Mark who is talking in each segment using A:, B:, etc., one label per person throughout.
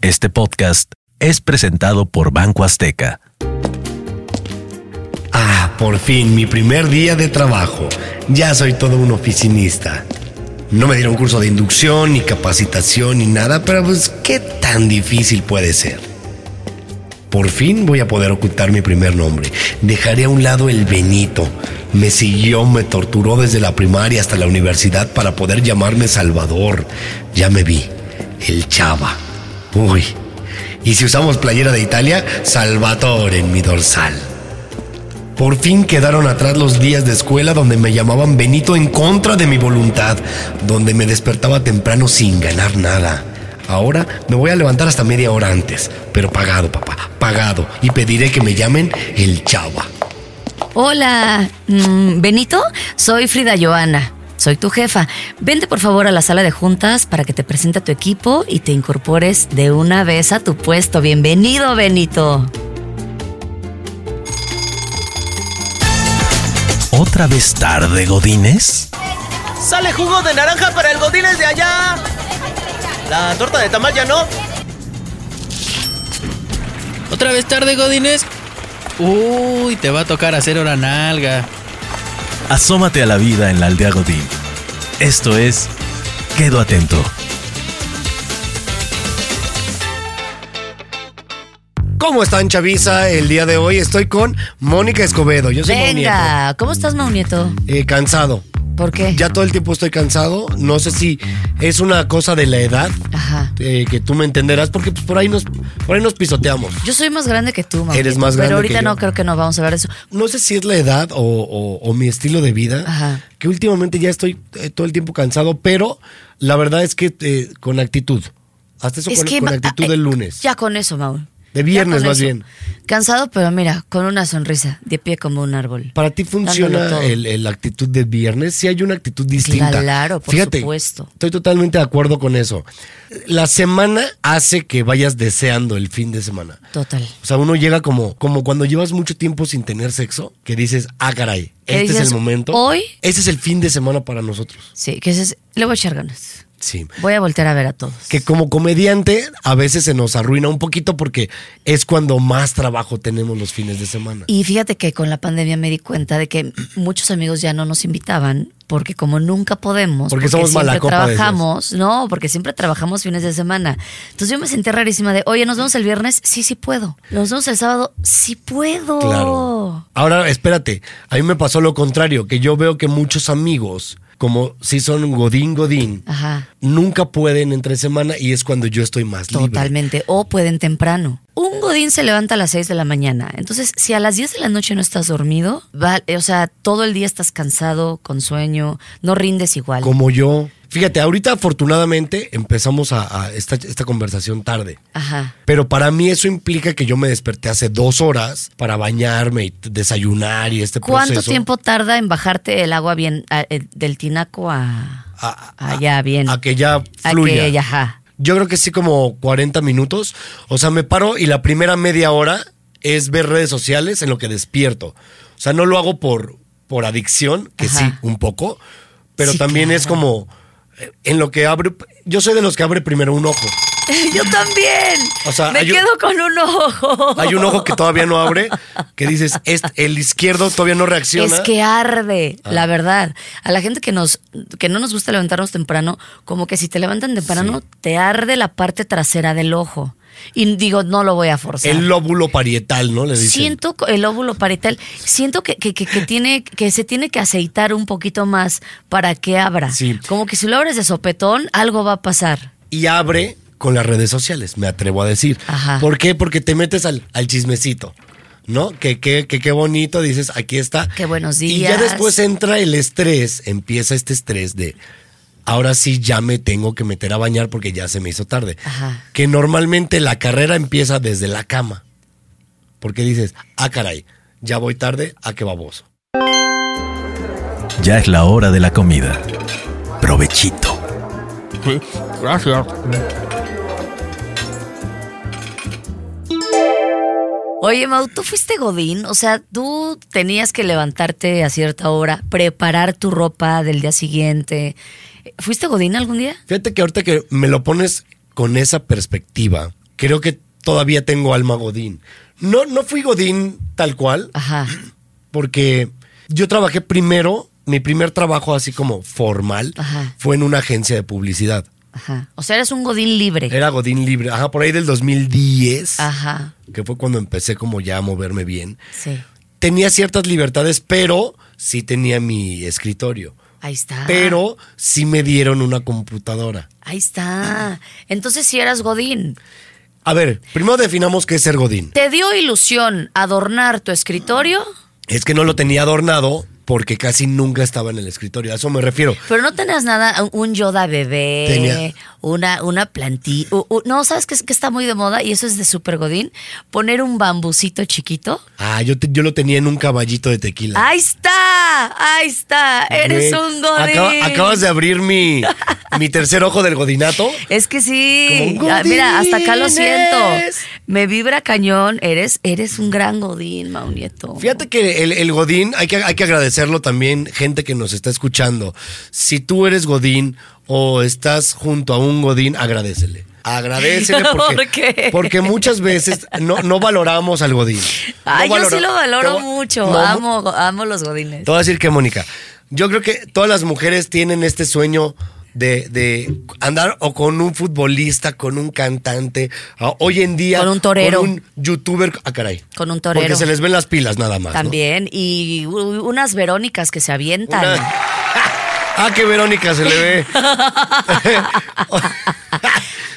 A: Este podcast es presentado por Banco Azteca.
B: Ah, por fin, mi primer día de trabajo. Ya soy todo un oficinista. No me dieron curso de inducción, ni capacitación, ni nada, pero pues, ¿qué tan difícil puede ser? Por fin voy a poder ocultar mi primer nombre. Dejaré a un lado el Benito. Me siguió, me torturó desde la primaria hasta la universidad para poder llamarme Salvador. Ya me vi. El Chava. Uy. Y si usamos playera de Italia, Salvatore en mi dorsal. Por fin quedaron atrás los días de escuela donde me llamaban Benito en contra de mi voluntad, donde me despertaba temprano sin ganar nada. Ahora me voy a levantar hasta media hora antes, pero pagado, papá, pagado, y pediré que me llamen el Chava.
C: Hola, mm, Benito, soy Frida Joana, soy tu jefa. Vente por favor a la sala de juntas para que te presente a tu equipo y te incorpores de una vez a tu puesto. Bienvenido, Benito.
A: ¿Otra vez tarde, Godines?
D: Sale jugo de naranja para el Godínez de allá. La torta de tamal ya no.
E: ¿Otra vez tarde, Godines? Uy, te va a tocar hacer hora nalga.
A: Asómate a la vida en la aldea Godín. Esto es Quedo Atento.
B: ¿Cómo están, Chavisa? El día de hoy estoy con Mónica Escobedo. Yo soy Mau Nieto.
C: Venga, ¿cómo estás, Mau Nieto?
B: Eh, cansado.
C: ¿Por qué?
B: Ya todo el tiempo estoy cansado. No sé si es una cosa de la edad
C: Ajá.
B: eh, que tú me entenderás, porque pues, por ahí nos, por ahí nos pisoteamos.
C: Yo soy más grande que tú, Mau
B: Eres
C: Nieto,
B: más grande
C: Pero ahorita
B: que yo.
C: no creo que nos vamos a hablar de eso.
B: No sé si es la edad o, o- o mi estilo de vida,
C: Ajá.
B: que últimamente ya estoy eh, todo el tiempo cansado, pero la verdad es que eh, con actitud. Hasta eso con, con
C: ma-
B: actitud
C: ay,
B: del lunes.
C: Ya con eso, Mau.
B: De
C: Ya
B: viernes,
C: con
B: más
C: eso.
B: bien.
C: Cansado, pero mira, con una sonrisa, de pie como un árbol.
B: Para ti
C: Dándolo
B: funciona
C: todo.
B: el, el actitud de viernes, si hay una actitud distinta.
C: Claro, por
B: Fíjate,
C: supuesto.
B: Estoy totalmente de acuerdo con eso. La semana hace que vayas deseando el fin de semana.
C: Total.
B: O sea, uno llega como, como cuando llevas mucho tiempo sin tener sexo, que dices, ah, caray,
C: Que
B: este es
C: dices,
B: el momento.
C: "Hoy".
B: Este es el fin de semana para nosotros.
C: Sí, que ese es, le voy a echar ganas.
B: Sí.
C: Voy a voltear a ver a todos.
B: Que como comediante a veces se nos arruina un poquito porque es cuando más trabajo tenemos los fines de semana.
C: Y fíjate que con la pandemia me di cuenta de que muchos amigos ya no nos invitaban porque como nunca podemos,
B: Porque somos
C: siempre
B: mala copa, decías.
C: trabajamos, no, porque siempre trabajamos fines de semana. Entonces yo me sentí rarísima de, oye, nos vemos el viernes, sí, sí puedo. Nos vemos el sábado, sí puedo.
B: Claro. Ahora, espérate, a mí me pasó lo contrario, que yo veo que muchos amigos, como si son Godín Godín,
C: Ajá.
B: nunca pueden entre semana y es cuando yo estoy más libre.
C: Totalmente. O pueden temprano. Un godín se levanta a las 6 de la mañana. Entonces, si a las 10 de la noche no estás dormido, va- o sea, todo el día estás cansado, con sueño, no rindes igual.
B: Como yo. Fíjate, ahorita afortunadamente empezamos a, a esta, esta conversación tarde.
C: Ajá.
B: Pero para mí eso implica que yo me desperté hace dos horas para bañarme y t- desayunar y este
C: ¿Cuánto
B: proceso.
C: tiempo tarda en bajarte el agua bien a- eh, del tinaco a,
B: A- a-
C: allá Ah, bien?
B: a que ya
C: A
B: fluya.
C: que- ajá.
B: Yo creo que sí, como 40 minutos. O sea, me paro y la primera media hora es ver redes sociales en lo que despierto. O sea, no lo hago por, por adicción, que
C: Ajá.
B: sí, un poco, pero
C: Sí,
B: también
C: claro.
B: es como eh, en lo que abre. Yo soy de los que abre primero un ojo.
C: Yo también.
B: O sea,
C: me
B: hay un-
C: quedo con un ojo.
B: Hay un ojo que todavía no abre, que dices, "Est- el izquierdo todavía no reacciona.
C: Es que arde,
B: Ah.
C: la verdad. A la gente que nos que no nos gusta levantarnos temprano, como que si te levantan temprano, te arde la parte trasera del ojo. Y digo, no lo voy a forzar.
B: el lóbulo parietal, ¿no? Le dicen.
C: siento co- el óvulo parietal, siento que, que- que- que tiene, que se tiene que aceitar un poquito más para que abra.
B: Sí.
C: Como que si lo abres de sopetón, algo va a pasar.
B: y abre con las redes sociales, me atrevo a decir.
C: Ajá.
B: ¿Por qué? Porque te metes al, al chismecito, ¿no? Que qué que, qué bonito, dices, aquí está.
C: Qué buenos
B: Y ya
C: días.
B: después entra el estrés, empieza este estrés de, ahora sí ya me tengo que meter a bañar porque ya se me hizo tarde.
C: Ajá.
B: Que normalmente la carrera empieza desde la cama. Porque dices, ah, caray, ya voy tarde, ah, qué baboso.
A: Ya es la hora de la comida. Provechito.
C: Oye, Mau, ¿tú fuiste Godín? O sea, tú tenías que levantarte a cierta hora, preparar tu ropa del día siguiente. ¿Fuiste Godín algún día?
B: Fíjate que ahorita que me lo pones con esa perspectiva, creo que todavía tengo alma Godín. No, no fui Godín tal cual,
C: Ajá.
B: porque yo trabajé primero, mi primer trabajo así como formal
C: Ajá.
B: fue en una agencia de publicidad.
C: Ajá. O sea, eres un godín libre.
B: Era Godín Libre, ajá, por ahí del 2010,
C: Ajá.
B: que fue cuando empecé como ya a moverme bien.
C: Sí.
B: Tenía ciertas libertades, pero sí tenía mi escritorio.
C: Ahí está.
B: Pero sí me dieron una computadora.
C: Ahí está. Entonces si eras godín.
B: A ver, primero definamos qué es ser Godín.
C: ¿Te dio ilusión adornar tu escritorio?
B: Es que no lo tenía adornado porque casi nunca estaba en el escritorio. A eso me refiero.
C: Pero no tenías nada, un- un Yoda bebé,
B: Tenía.
C: una, una plantilla. no, ¿sabes qué, es- qué está muy de moda? Y eso es de Super Godín. Poner un bambucito chiquito.
B: Ah, yo, te- yo lo tenía en un caballito de tequila.
C: ¡Ahí está! ¡Ahí está! ¡Eres
B: Güey,
C: un Godín!
B: acaba- acabas de abrir mi, mi tercer ojo del godinato.
C: Es que sí.
B: Como un
C: Ah, mira, hasta acá lo
B: Godín
C: siento.
B: eres.
C: Me vibra cañón. Eres, eres un gran Godín, Maunieto.
B: Fíjate que el, el Godín, hay que, hay que agradecerlo también, gente que nos está escuchando. Si tú eres Godín o estás junto a un Godín, agradecele. Agradecele porque,
C: ¿Por qué?
B: porque muchas veces no, no valoramos al Godín. No
C: Ay, yo sí
B: valora-
C: lo
B: te
C: valoro
B: va-
C: mucho.
B: no,
C: amo, amo los Godines.
B: Te voy a decir que, Mónica, yo creo que todas las mujeres tienen este sueño de, de andar o con un futbolista, con un cantante, ah, hoy en día.
C: Con un torero.
B: Con un youtuber. Ah, caray.
C: Con un torero.
B: Porque se les ven las pilas nada más. ¿no?
C: También, y u- unas Verónicas que se avientan.
B: Una- Ah, que Verónica se le ve.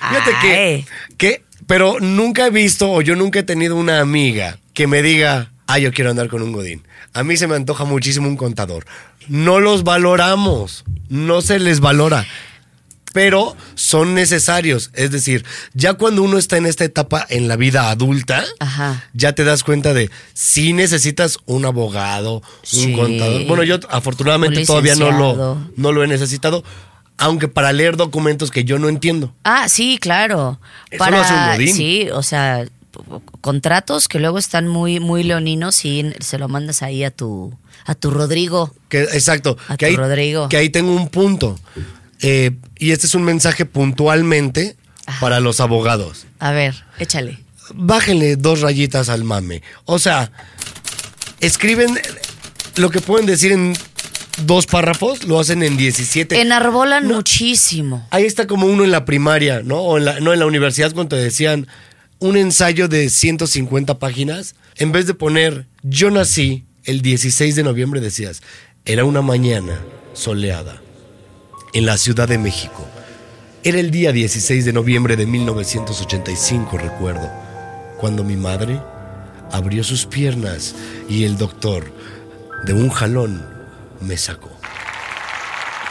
B: Fíjate que,
C: Ay.
B: que- Pero nunca he visto o yo nunca he tenido una amiga que me diga, ah, yo quiero andar con un Godín. A mí se me antoja muchísimo un contador. No los valoramos. No se les valora. Pero son necesarios. Es decir, ya cuando uno está en esta etapa en la vida adulta,
C: Ajá.
B: ya te das cuenta de si necesitas un abogado, un
C: Sí.
B: contador. Bueno, yo afortunadamente
C: Un
B: todavía no lo,
C: licenciado.
B: no lo he necesitado, aunque para leer documentos que yo no entiendo.
C: Ah, sí, claro.
B: Eso lo hace un godín.
C: Sí, o sea, p- p- contratos que luego están muy, muy leoninos y se lo mandas ahí a tu, a tu Rodrigo.
B: Que, exacto.
C: A
B: que
C: tu
B: ahí,
C: Rodrigo.
B: Que ahí tengo un punto. Eh, y este es un mensaje puntualmente para los abogados.
C: A ver, échale.
B: Bájenle dos rayitas al mame. O sea, escriben lo que pueden decir en dos párrafos, lo hacen en 17.
C: Enarbolan muchísimo.
B: Ahí está como uno en la primaria, ¿no? O en la, no, en la universidad cuando te decían un ensayo de 150 páginas, en vez de poner yo nací el 16 de noviembre, decías, era una mañana soleada en la Ciudad de México. Era el día 16 de noviembre de 1985, recuerdo, cuando mi madre abrió sus piernas y el doctor, de un jalón, me sacó.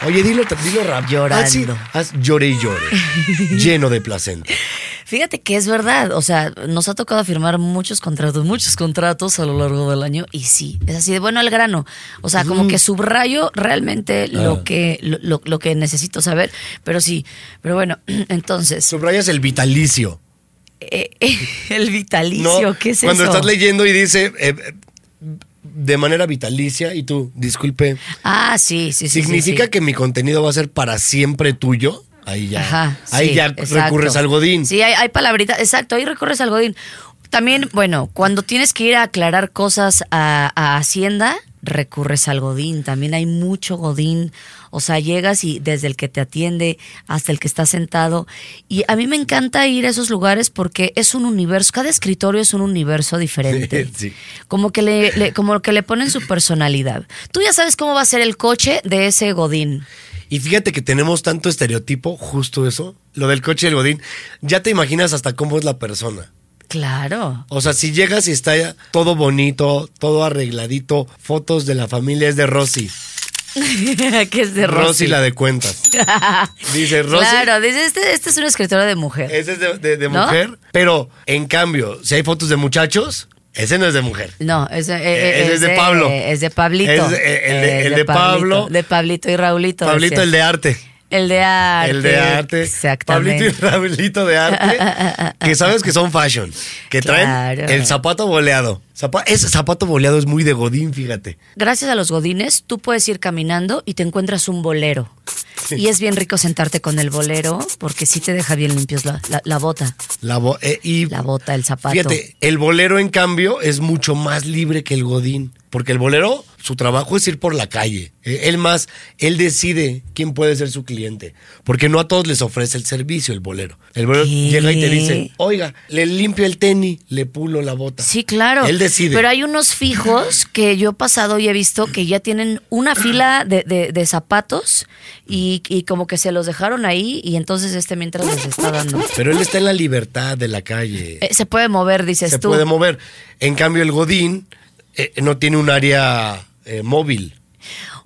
B: Oye, dilo, dilo Ah, rápido.
C: Llorando.
B: Así, as- lloré y lloré, lleno de placenta.
C: Fíjate que es verdad, o sea, nos ha tocado firmar muchos contratos, muchos contratos a lo largo del año y sí, es así de bueno al grano, o sea, como que subrayo realmente
B: Mm. Ah.
C: lo que lo, lo- lo que necesito saber, pero sí, pero bueno, entonces
B: Subrayas el vitalicio.
C: eh, eh, el vitalicio,
B: ¿no?
C: ¿qué es
B: Cuando
C: eso?
B: estás leyendo y dice eh, eh, de manera vitalicia y tú, disculpe,
C: ah, sí, sí, sí, sí,
B: ¿Significa
C: sí.
B: que mi contenido va a ser para siempre tuyo? Ahí ya.
C: Ajá,
B: ahí
C: sí,
B: ya
C: exacto.
B: recurres al godín.
C: Sí, hay, hay palabritas, exacto, ahí recurres al godín. También, bueno, cuando tienes que ir a aclarar cosas a, a Hacienda, recurres al godín. También hay mucho godín. O sea, llegas y desde el que te atiende hasta el que está sentado. Y a mí me encanta ir a esos lugares porque es un universo, cada escritorio es un universo diferente.
B: Sí.
C: Como que le, le- como que le ponen su personalidad. Tú ya sabes cómo va a ser el coche de ese godín.
B: Y fíjate que tenemos tanto estereotipo, justo eso, lo del coche del godín. Ya te imaginas hasta cómo es la persona.
C: Claro.
B: O sea, si llegas y está ya todo bonito, todo arregladito, fotos de la familia es de Rosy.
C: que es de
B: Rosy,
C: Rosy.
B: la de cuentas. Dice Rosy.
C: Claro, dice, este, este es una escritora de mujer.
B: Ese es de, de- de
C: ¿No?
B: mujer. Pero, en cambio, si hay fotos de muchachos, ese no es de mujer.
C: No, es, eh,
B: Eh,
C: eh,
B: ese es de Pablo.
C: eh, Es de Pablito.
B: Es, eh, el de-
C: Eh,
B: el de Pablo.
C: De Pablito y Raulito.
B: Pablito,
C: decía.
B: el de arte.
C: El de arte.
B: El de arte. Pablito y
C: Exactamente.
B: Raulito de arte. Que sabes que son fashion. Que traen
C: Claro.
B: el zapato boleado. Zapa- ese zapato boleado es muy de Godín, fíjate.
C: Gracias a los godines, tú puedes ir caminando y te encuentras un bolero. Y es bien rico sentarte con el bolero porque sí te deja bien limpios la, la- la bota,
B: La, bo- eh, y
C: la bota, el zapato.
B: Fíjate, el bolero en cambio es mucho más libre que el godín, porque el bolero su trabajo es ir por la calle. Eh, Él más, él decide quién puede ser su cliente, porque no a todos les ofrece el servicio el bolero. El bolero
C: ¿Qué?
B: llega y te dice, oiga, le limpio el tenis, le pulo la bota.
C: Sí, claro.
B: Él decide.
C: Pero hay unos fijos que yo he pasado y he visto que ya tienen una fila de, de- de zapatos y, y como que se los dejaron ahí y entonces este mientras les está dando.
B: Pero él está en la libertad de la calle.
C: Eh, se puede mover, dices
B: se
C: tú.
B: puede mover. En cambio el godín eh, no tiene un área eh, móvil.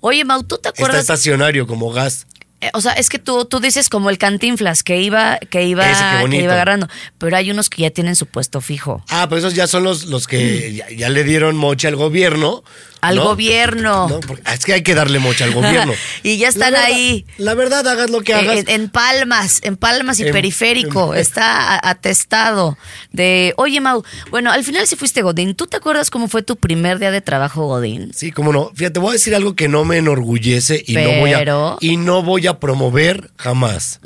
C: Oye, Mau, ¿tú te
B: Está
C: acuerdas?
B: estacionario como gas.
C: Eh, O sea, es que tú, tú dices como el cantinflas que iba, que iba,
B: Ese, qué bonito.
C: que iba agarrando. Pero hay unos que ya tienen su puesto fijo.
B: Ah, pero esos ya son los, los que ya, ya le dieron mocha al gobierno.
C: Mm. Al
B: ¿no?
C: gobierno.
B: No, porque- ah, es que hay que darle mocha al gobierno.
C: Y ya están
B: La verdad-
C: ahí.
B: La verdad, hagas lo que hagas.
C: Eh, En, en Palmas, en Palmas y
B: En-
C: Periférico,
B: en-
C: está a- atestado de, oye Mau, bueno, al final sí fuiste Godín, ¿tú te acuerdas cómo fue tu primer día de trabajo Godín?
B: Sí, cómo no. Fíjate, voy a decir algo que no me enorgullece y, no, voy a,
C: Pero-
B: y no voy a promover jamás.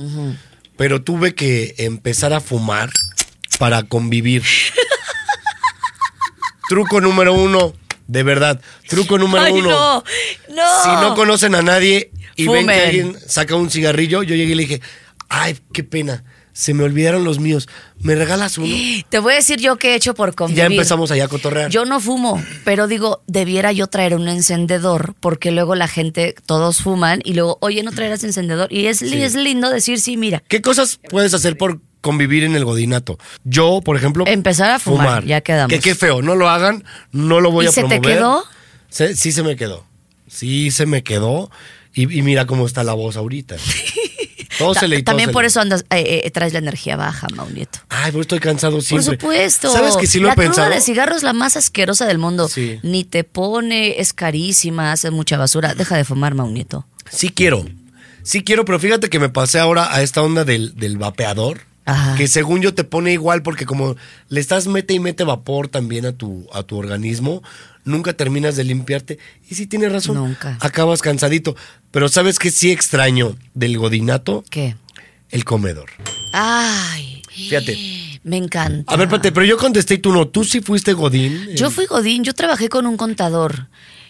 B: Pero tuve que empezar a fumar para convivir. Truco número uno, de verdad. Truco número
C: Ay,
B: uno.
C: no, no.
B: Si no conocen a nadie y ven que
C: Fumen.
B: alguien saca un cigarrillo, yo llegué y le dije, ay, qué pena, se me olvidaron los míos, ¿me regalas uno? Y
C: Te voy a decir yo qué he hecho por convivir.
B: ya empezamos allá a cotorrear.
C: Yo no fumo, pero digo, debiera yo traer un encendedor, porque luego la gente, todos fuman, y luego, oye, no traerás encendedor. Y es, li- es lindo decir, sí, mira,
B: ¿Qué cosas puedes hacer por convivir en el godinato? Yo, por ejemplo...
C: Empezar a fumar, ya quedamos.
B: Que qué feo, no lo hagan, no lo voy
C: ¿Y
B: a
C: se te
B: promover.
C: quedó?
B: Se- sí se me quedó, sí se me quedó. Y, y mira cómo está la voz ahorita. Todo
C: ta-
B: se le
C: también por eso andas, eh, eh, traes la energía baja, Maunieto.
B: Ay, pero estoy cansado
C: Por
B: siempre.
C: supuesto.
B: ¿Sabes que sí lo
C: la
B: he pensado?
C: cruda de cigarro es la más asquerosa del mundo.
B: Sí.
C: Ni te pone, es carísima, hace mucha basura. Deja de fumar, Maunieto.
B: Sí quiero. Sí quiero, pero fíjate que me pasé ahora a esta onda del, del vapeador.
C: Ajá.
B: Que según yo te pone igual, porque como le estás mete y mete vapor también a tu, a tu organismo, nunca terminas de limpiarte. Y sí tienes razón.
C: Nunca.
B: Acabas cansadito. Pero ¿sabes qué sí extraño del godinato?
C: ¿Qué?
B: El comedor.
C: Ay.
B: Fíjate.
C: Me encanta.
B: A ver, espérate, pero yo contesté y tú no. Tú sí fuiste godín.
C: Yo
B: Eh,
C: fui Godín, yo trabajé con un contador.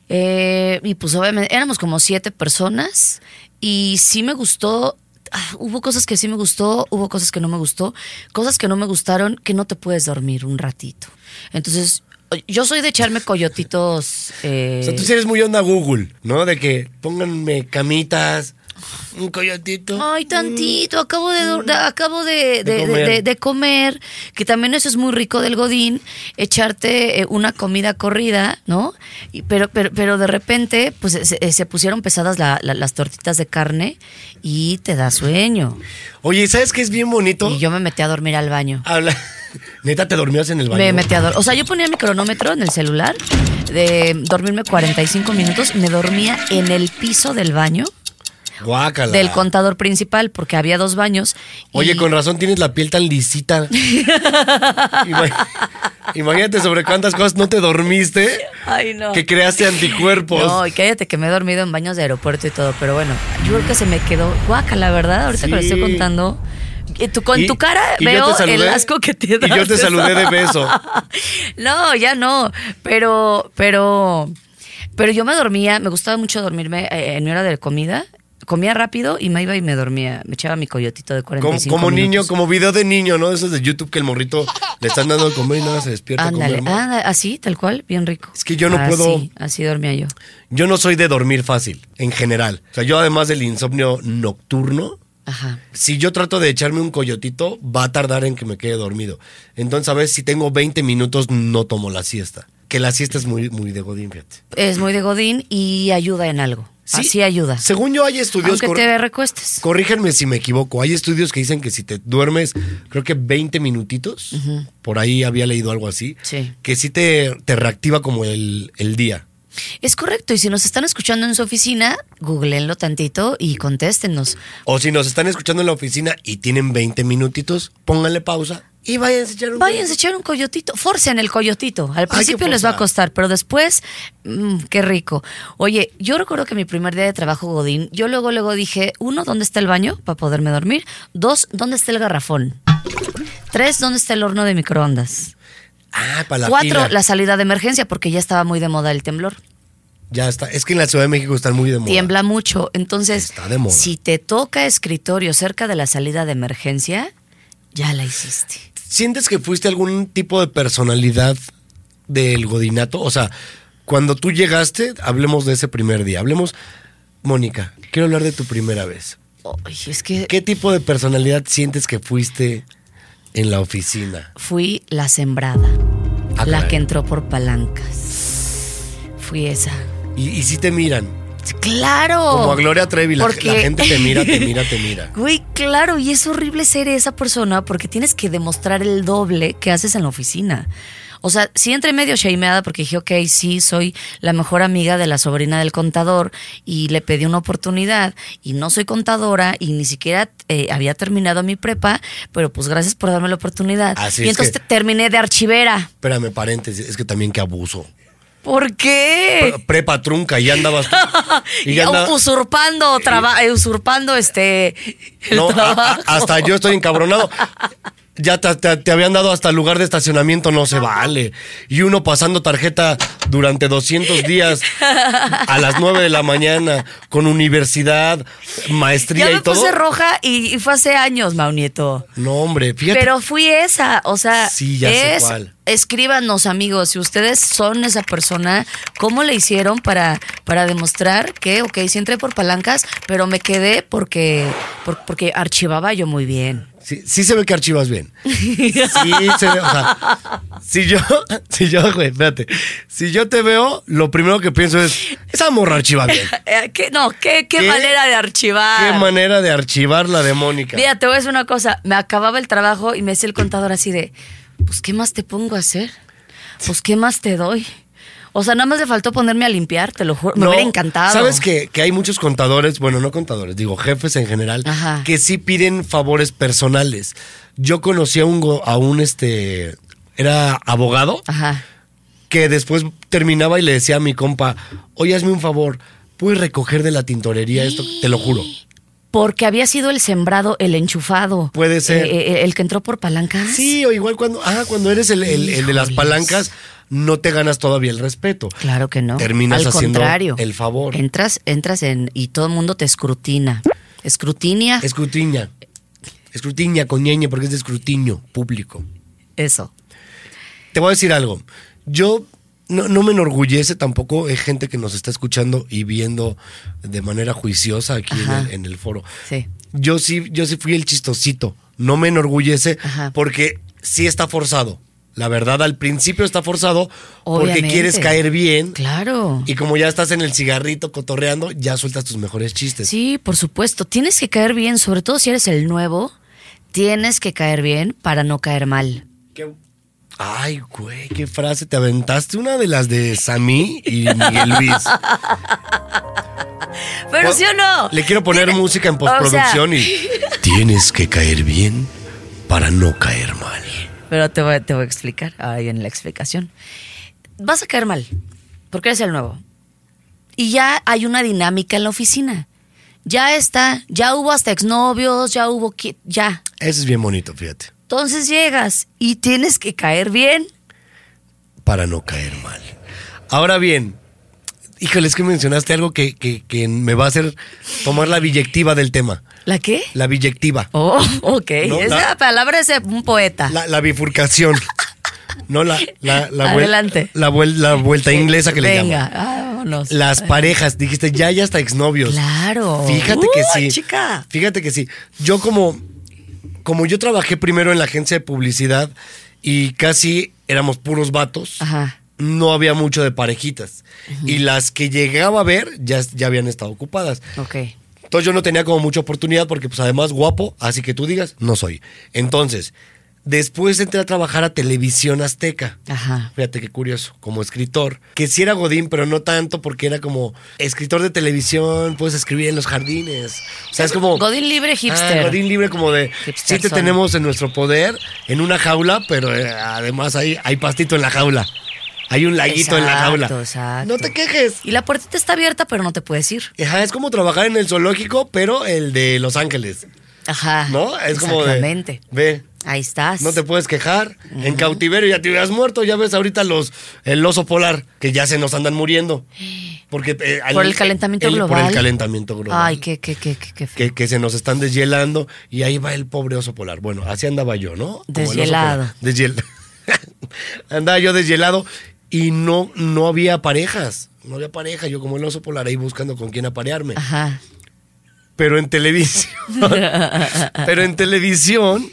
C: Eh, y pues obviamente éramos como siete personas y sí me gustó. ah, hubo cosas que sí me gustó, hubo cosas que no me gustó, cosas que no me gustaron que no te puedes dormir un ratito. Entonces, yo soy de echarme coyotitos. eh,
B: O sea, tú sí eres muy onda Google, ¿no? De que pónganme camitas, un coyotito.
C: Ay, tantito, acabo de, dor- de- acabo de, de- de- de- de
B: comer.
C: comer. que también eso es muy rico del godín, echarte eh, una comida corrida, ¿no? Y- pero, pero, pero de repente, pues se, eh, se pusieron pesadas la- la- las tortitas de carne y te da sueño.
B: Oye, ¿sabes qué es bien bonito?
C: Y yo me metí a dormir al baño.
B: Habla. Neta, te dormías en el baño.
C: Me metí a dormir. O sea, yo ponía mi cronómetro en el celular de dormirme 45 minutos, me dormía en el piso del baño
B: Guácala.
C: del contador principal porque había dos baños. y-
B: Oye, con razón tienes la piel tan lisita. Ima- Imagínate sobre cuántas cosas no te dormiste
C: Ay, no.
B: que creaste anticuerpos.
C: No, y cállate que me he dormido en baños de aeropuerto y todo, pero bueno, yo creo que se me quedó guaca, la verdad, ahorita que lo
B: Sí.
C: estoy contando. Y tú, con
B: Y-
C: tu cara
B: y yo
C: veo
B: te saludé,
C: el asco que te
B: y
C: da.
B: yo te saludé de beso.
C: no, ya no, pero, pero, pero yo me dormía, me gustaba mucho dormirme eh, en mi hora de comida. Comía rápido y me iba y me dormía. Me echaba mi coyotito de
B: como,
C: 45
B: como niño,
C: minutos.
B: como video de niño, ¿no? Eso es de YouTube que el morrito le están dando de comer y nada, se despierta. a
C: Ándale, ah.
B: comer, ¿no?
C: ándale, así, tal cual, bien rico.
B: Es que yo no puedo-
C: Así, así dormía yo.
B: Yo no soy de dormir fácil, en general. O sea, yo además del insomnio nocturno,
C: Ajá.
B: Si yo trato de echarme un coyotito, va a tardar en que me quede dormido. Entonces, a ver, si tengo 20 minutos, no tomo la siesta. Que la siesta es muy, muy de Godín, fíjate.
C: Es muy de Godín y ayuda en algo.
B: Sí.
C: Así ayuda.
B: Según yo, hay estudios.
C: Aunque
B: cor-
C: te recuestes.
B: Corríjanme si me equivoco. Hay estudios que dicen que si te duermes, creo que 20 minutitos, por ahí había leído algo así,
C: Sí.
B: que sí te, te reactiva como el, el día.
C: Es correcto, y si nos están escuchando en su oficina, googleenlo tantito y contéstenos.
B: O si nos están escuchando en la oficina y tienen 20 minutitos, pónganle pausa y váyanse a echar un
C: Váyanse a echar un coyotito, forcen el coyotito. Al
B: que
C: principio les va a
B: forzar.
C: costar, pero después, mm, qué rico. Oye, yo recuerdo que mi primer día de trabajo, Godín, yo luego, luego dije, uno, ¿dónde está el baño para poderme dormir? Dos, ¿dónde está el garrafón? Tres, ¿dónde está el horno de microondas?
B: Ah, para la
C: Cuatro,
B: fila.
C: la salida de emergencia, porque ya estaba muy de moda el temblor.
B: Ya está. Es que en la Ciudad de México están muy de moda.
C: Tiembla mucho. Entonces,
B: Está de moda.
C: si te toca escritorio cerca de la salida de emergencia, ya la hiciste.
B: ¿Sientes que fuiste algún tipo de personalidad del godinato? O sea, cuando tú llegaste, hablemos de ese primer día. Hablemos, Mónica, quiero hablar de tu primera vez.
C: Ay, es que
B: ¿Qué tipo de personalidad sientes que fuiste en la oficina?
C: fui la sembrada,
B: Ah,
C: la
B: caray.
C: que entró por palancas. Fui esa.
B: Y, y si te miran,
C: Claro.
B: como a Gloria Trevi, la,
C: Oh, Porque-
B: la gente te mira, te mira, te mira.
C: Güey, claro, y es horrible ser esa persona porque tienes que demostrar el doble que haces en la oficina. O sea, sí entré medio shameada porque dije, ok, sí, soy la mejor amiga de la sobrina del contador y le pedí una oportunidad y no soy contadora y ni siquiera eh, había terminado mi prepa, pero pues gracias por darme la oportunidad.
B: Así
C: y
B: es
C: entonces
B: que-
C: te- terminé de archivera.
B: Espérame, paréntesis, es que también qué abuso.
C: ¿Por qué?
B: Pre- Prepa trunca, y ya andabas tú.
C: Y
B: ya andaba-
C: usurpando, traba- eh, usurpando este... el
B: No, a- a-
C: trabajo.
B: hasta yo estoy encabronado. Ya te, te- te habían dado hasta lugar de estacionamiento, no se vale. Y uno pasando tarjeta durante 200 días a las 9 de la mañana con universidad, maestría
C: Ya me
B: y todo.
C: puse roja y, y fue hace años, Maunieto.
B: No, hombre, fíjate.
C: Pero fui esa, o sea,
B: Sí, ya sé
C: es,
B: cuál.
C: escríbanos amigos, si ustedes son esa persona, ¿cómo le hicieron para, para demostrar que, ok, sí entré por palancas, pero me quedé porque, por- porque archivaba yo muy bien?
B: Sí, sí se ve que archivas bien. Sí se ve, o sea, si yo, si yo, güey, espérate. Si yo te veo, lo primero que pienso es, esa morra archiva bien.
C: Eh, ¿qué- no, ¿qué, qué,
B: ¿Qué?
C: manera de
B: Qué
C: archivar.
B: manera de archivar la de Mónica.
C: Mira, te voy a decir una cosa. Me acababa el trabajo y me decía el contador así de, pues, ¿qué más te pongo a hacer? Pues, ¿qué más te doy? O sea, nada más le faltó ponerme a limpiar, te lo juro. Me
B: No,
C: hubiera encantado.
B: Sabes que, que hay muchos contadores, bueno, no contadores, digo jefes en general,
C: Ajá.
B: que sí piden favores personales. Yo conocí a un, go- a un este, era abogado,
C: Ajá.
B: que después terminaba y le decía a mi compa, oye, hazme un favor, ¿puedes recoger de la tintorería esto? Te lo juro.
C: Porque había sido el sembrado, el enchufado.
B: Puede ser.
C: Eh, eh, el que entró por palancas.
B: Sí, o igual cuando, ah, cuando eres el, el- el de las
C: Híjoles.
B: palancas, no te ganas todavía el respeto.
C: Claro que no.
B: Terminas
C: Al
B: haciendo
C: contrario.
B: el favor.
C: Entras, entras en. Y todo el mundo te escrutina. Escrutinia.
B: Escrutiña. Escrutiña con ñeñe, porque es de escrutinio público.
C: Eso.
B: Te voy a decir algo. Yo no, no me enorgullece tampoco. Hay gente que nos está escuchando y viendo de manera juiciosa aquí en
C: Ajá.
B: el, en el foro.
C: Sí.
B: Yo sí, yo sí fui el chistosito. No me enorgullece
C: Ajá.
B: porque sí está forzado. La verdad, al principio está forzado porque
C: Obviamente.
B: quieres caer bien.
C: Claro.
B: Y como ya estás en el cigarrito cotorreando, ya sueltas tus mejores chistes.
C: Sí, por supuesto. Tienes que caer bien, sobre todo si eres el nuevo. Tienes que caer bien para no caer mal.
B: Qué- Ay, güey, qué frase. Te aventaste una de las de Sammy y Miguel Luis.
C: Pero sí o no.
B: Le quiero poner música en postproducción y. Tienes que caer bien para no caer mal.
C: Pero te voy, te voy a explicar. Ahora viene la explicación. Vas a caer mal, porque eres el nuevo. Y ya hay una dinámica en la oficina. Ya está, ya hubo hasta exnovios, ya hubo... qui- Ya.
B: Eso es bien bonito, fíjate.
C: Entonces llegas y tienes que caer bien.
B: Para no caer mal. Ahora bien, híjole, es que mencionaste algo que, que- que me va a hacer tomar la biyectiva del tema.
C: ¿La qué?
B: La biyectiva.
C: Oh, ok.
B: No,
C: Esa
B: la-
C: palabra es de un poeta.
B: La, la bifurcación. No, la, la, la vuel-
C: Adelante.
B: la, vuel- la vuelta inglesa que le
C: Venga,
B: llaman.
C: ah, vámonos.
B: Las parejas, dijiste, ya hay hasta exnovios.
C: Claro.
B: Fíjate que
C: Uy,
B: sí.
C: chica.
B: Fíjate que sí. Yo como, como yo trabajé primero en la agencia de publicidad y casi éramos puros vatos,
C: Ajá.
B: no había mucho de parejitas. Y las que llegaba a ver ya, ya habían estado ocupadas.
C: Ok.
B: Entonces yo no tenía como mucha oportunidad porque pues además guapo, así que tú digas, no soy. Entonces, Después entré a trabajar a Televisión Azteca.
C: Ajá.
B: Fíjate qué curioso, como escritor. Que sí era Godín, pero no tanto porque era como escritor de televisión, puedes escribir en los jardines. O sea, es como...
C: Godín libre hipster.
B: Oh. Ah, Godín libre como de...
C: Hipster
B: sí te
C: son.
B: tenemos en nuestro poder, en una jaula, pero eh, además hay, hay pastito en la jaula. Hay un laguito en la
C: Exacto,
B: jaula.
C: exacto.
B: No te quejes.
C: Y la puertita está abierta, pero no te puedes ir.
B: Ajá, es como trabajar en el zoológico, pero el de Los Ángeles,
C: Ajá.
B: ¿no? Es como de...
C: Exactamente.
B: Ve,
C: Ahí estás.
B: no te puedes quejar. En cautiverio ya te hubieras muerto. Ya ves ahorita los el oso polar que ya se nos andan muriendo. Porque, eh, al-
C: Por el calentamiento
B: el-
C: global.
B: Por el calentamiento global.
C: Ay, qué, qué, qué, qué, qué feo.
B: Que, que se nos están deshielando y ahí va el pobre oso polar. Bueno, así andaba yo, ¿no? Como el oso
C: Deshielado.
B: polar. Deshiel- andaba yo deshielado y no, no había parejas. No había pareja. Yo como el oso polar ahí buscando con quién aparearme
C: Ajá.
B: pero en televisión. pero en televisión,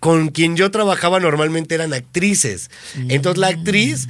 B: con quien yo trabajaba normalmente eran actrices. Entonces
C: Mm.
B: la actriz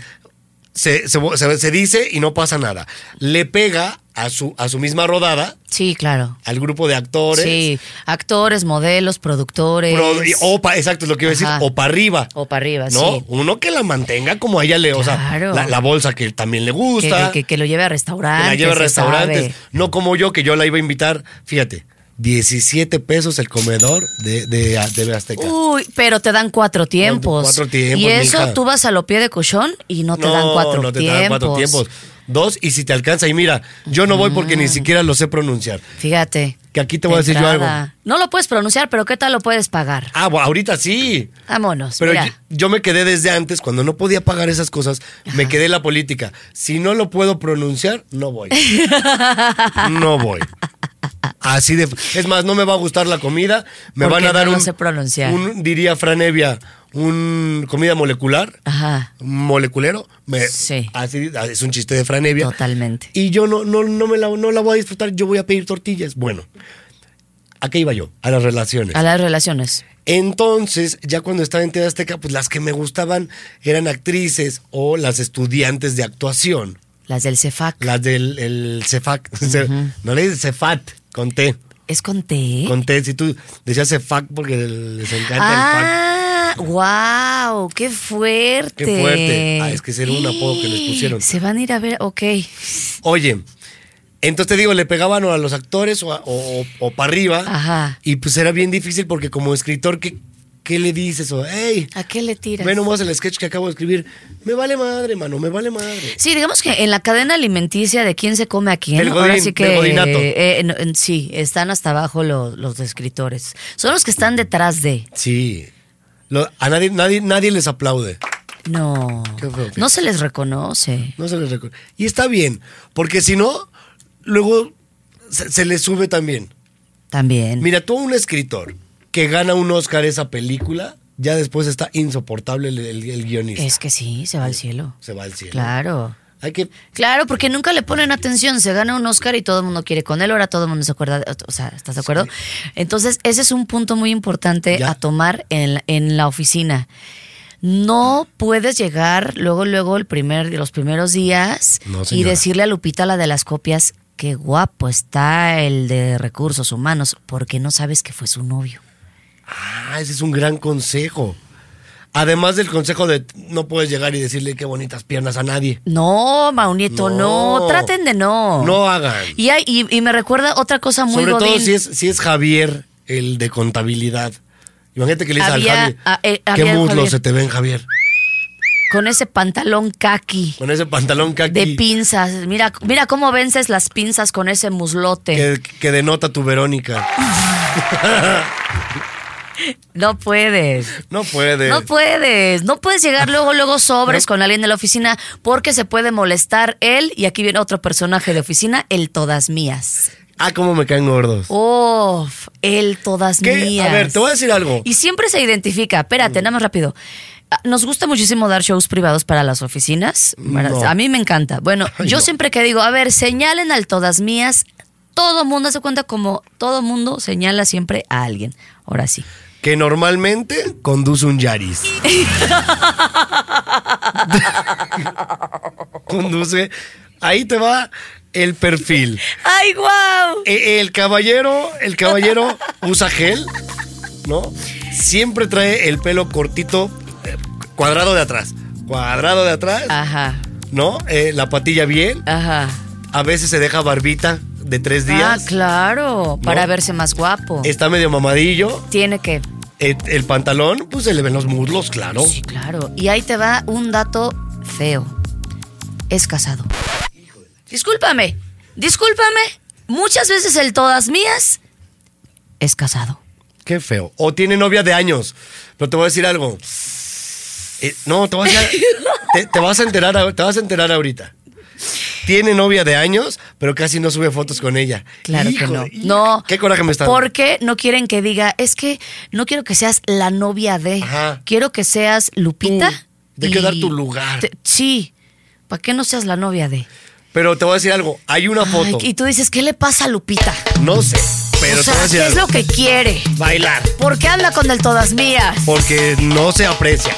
B: se, se- se- se dice y no pasa nada. Le pega a su, a su misma rodada,
C: Sí, claro.
B: al grupo de actores.
C: Sí. Actores, modelos, productores.
B: pro- y- o pa- exacto, es lo que iba a decir,
C: Ajá.
B: o para arriba.
C: O para arriba,
B: ¿No?
C: sí.
B: Uno que la mantenga como a ella le, o sea,
C: Claro.
B: la, la bolsa que también le
C: Que,
B: gusta.
C: que- que lo lleve a
B: Que
C: restaurantes.
B: la lleva a
C: Ah, se
B: restaurantes.
C: sabe.
B: No como yo, que yo la iba a invitar. Fíjate, 17 pesos el comedor de, de, de Azteca.
C: Uy, pero te dan cuatro tiempos.
B: Cuatro tiempos,
C: Y eso
B: mija.
C: tú vas a lo pie de colchón y no te dan cuatro
B: no te
C: tiempos. Mm.
B: dan cuatro tiempos. Dos, y si te alcanza. Y mira, yo no voy porque ni siquiera lo sé pronunciar.
C: Fíjate.
B: Que aquí te
C: de
B: voy a decir yo algo.
C: entrada. No lo puedes pronunciar, pero ¿qué tal lo puedes pagar?
B: Ah, bueno, ahorita sí.
C: Vámonos.
B: Pero yo,
C: Pues mira.
B: yo me quedé desde antes, cuando no podía pagar esas cosas, me quedé en la política. Si no lo puedo pronunciar, no voy. no voy. Así de. Es más, no me va a gustar la comida. Me
C: Porque
B: van a dar
C: no lo
B: un.
C: sé pronunciar.
B: un- diría Franevia, un comida molecular.
C: Ajá.
B: Moleculero. Me,
C: Sí.
B: Así, ah, es un chiste de Franevia.
C: Totalmente.
B: Y yo no, no, no, me la, no la voy a disfrutar, yo voy a pedir tortillas. Bueno, ¿a qué iba yo? A las relaciones.
C: A las relaciones.
B: Entonces, ya cuando estaba en TV Azteca, pues las que me gustaban eran actrices o las estudiantes de actuación,
C: Las del CEFAC.
B: las del el CEFAC. Ce- No le dices CEFAT, con T.
C: ¿Es con T?
B: Con T, si tú decías CEFAC porque les encanta el FAC.
C: ah, wow, qué fuerte.
B: Qué fuerte. Ah, es que ese era un apodo que les pusieron.
C: Se van a ir a ver, ok.
B: Oye, entonces te digo, le pegaban o a los actores o, para arriba.
C: Ajá.
B: Y pues era bien difícil porque como escritor, ¿qué, qué le dices? O, hey,
C: ¿A qué le tiras?
B: ve nomás el sketch que acabo de escribir. Me vale madre, mano, me vale madre.
C: Sí, digamos que en la cadena alimenticia de quién se come a quién,
B: Del
C: ahora
B: godín,
C: sí que
B: del godinato.
C: eh, en- en- sí, están hasta abajo lo- los escritores. Son los que están detrás de.
B: Sí. Lo- a nadie, nadie, nadie les aplaude.
C: No.
B: Qué feo, fíjate.
C: No se les reconoce.
B: No se les recuerda. Y está bien, porque si no, luego se, se les sube también.
C: También.
B: Mira, tú a un escritor que gana un Oscar esa película, ya después está insoportable el, el- el guionista.
C: es que sí, se va al cielo.
B: Se va al cielo.
C: Claro.
B: Hay que.
C: Claro, porque nunca le ponen atención. Se gana un Oscar y todo el mundo quiere con él. Ahora todo el mundo se acuerda. de- O sea, ¿estás de acuerdo? Entonces, ese es un punto muy importante
B: Ya.
C: a tomar en, la- en la oficina. No puedes llegar luego, luego, el primer, los primeros días
B: No,
C: y
B: señora.
C: decirle a Lupita, la de las copias, qué guapo está el de recursos humanos, porque no sabes que fue su novio.
B: Ah, ese es un gran consejo. Además del consejo de no puedes llegar y decirle qué bonitas piernas a nadie.
C: No, Maunieto, no.
B: No.
C: Traten de no.
B: No hagan.
C: Y, hay- y, y me recuerda otra cosa Ah, muy
B: Sobre todo
C: godín.
B: si es, si es Javier, el de contabilidad. Imagínate que le dices al
C: Había-
B: Javier.
C: a- eh,
B: ¿Qué
C: había el
B: muslos
C: Javier".
B: se te ven, Javier?
C: con ese pantalón kaki
B: Con ese pantalón que
C: de
B: aquí.
C: pinzas. Mira, mira cómo vences las pinzas con ese muslote.
B: Que, que denota tu Verónica.
C: No puedes.
B: No puede.
C: No puedes, no puedes llegar luego, luego sobres con alguien de la oficina porque se puede molestar él y aquí viene otro personaje de oficina, el todas mías.
B: ah, cómo me caen gordos.
C: Uf, el todas
B: ¿Qué?
C: Oh, mías.
B: A ver, te voy a decir algo.
C: Y siempre se identifica.
B: Mm.
C: Espérate, nada más rápido. Ah, Nos gusta muchísimo dar shows privados para las oficinas. Para-
B: No.
C: A mí me encanta. Bueno,
B: Ay,
C: yo
B: no.
C: siempre que digo, a ver, señalen al todas mías, todo mundo se cuenta como todo mundo señala siempre a alguien. Ahora sí.
B: Que normalmente conduce un Yaris. conduce. Ahí te va el perfil.
C: ¡Ay, guau!
B: Eh, E- El caballero, el caballero usa gel, ¿no? siempre trae el pelo cortito, eh, cuadrado de atrás, cuadrado de atrás,
C: Ajá,
B: ¿no? Eh, la patilla bien,
C: ajá.
B: a veces se deja barbita de tres días,
C: Ah, claro, para
B: ¿No?
C: verse más guapo.
B: está medio mamadillo,
C: Tiene que.
B: eh, el pantalón, pues se le ven los muslos, claro.
C: Sí, claro. Y ahí te va un dato feo. Es casado. Discúlpame, discúlpame. Muchas veces el todas mías es casado.
B: Qué feo. O tiene novia de años. Pero te voy a decir algo. Eh, no, te vas a, te, te vas a enterar, ahor- te vas a enterar ahorita. Tiene novia de años, pero casi no sube fotos con ella.
C: Claro que
B: Hijo
C: no.
B: de- hijo,
C: No.
B: Qué coraje me está. dando.
C: Porque no quieren que diga, es que no quiero que seas la novia de.
B: Ajá.
C: Quiero que seas Lupita.
B: Tú, de
C: y-
B: que dar tu lugar.
C: Te- sí. ¿Para qué no seas la novia de?
B: Pero te voy a decir algo. Hay una foto.
C: Ay, y tú dices, ¿qué le pasa a Lupita?
B: No sé. Pero
C: o
B: te voy a
C: sea,
B: decir
C: ¿qué es
B: algo.
C: lo que quiere?
B: Bailar.
C: ¿Por qué anda con el todas mías?
B: Porque no se aprecia.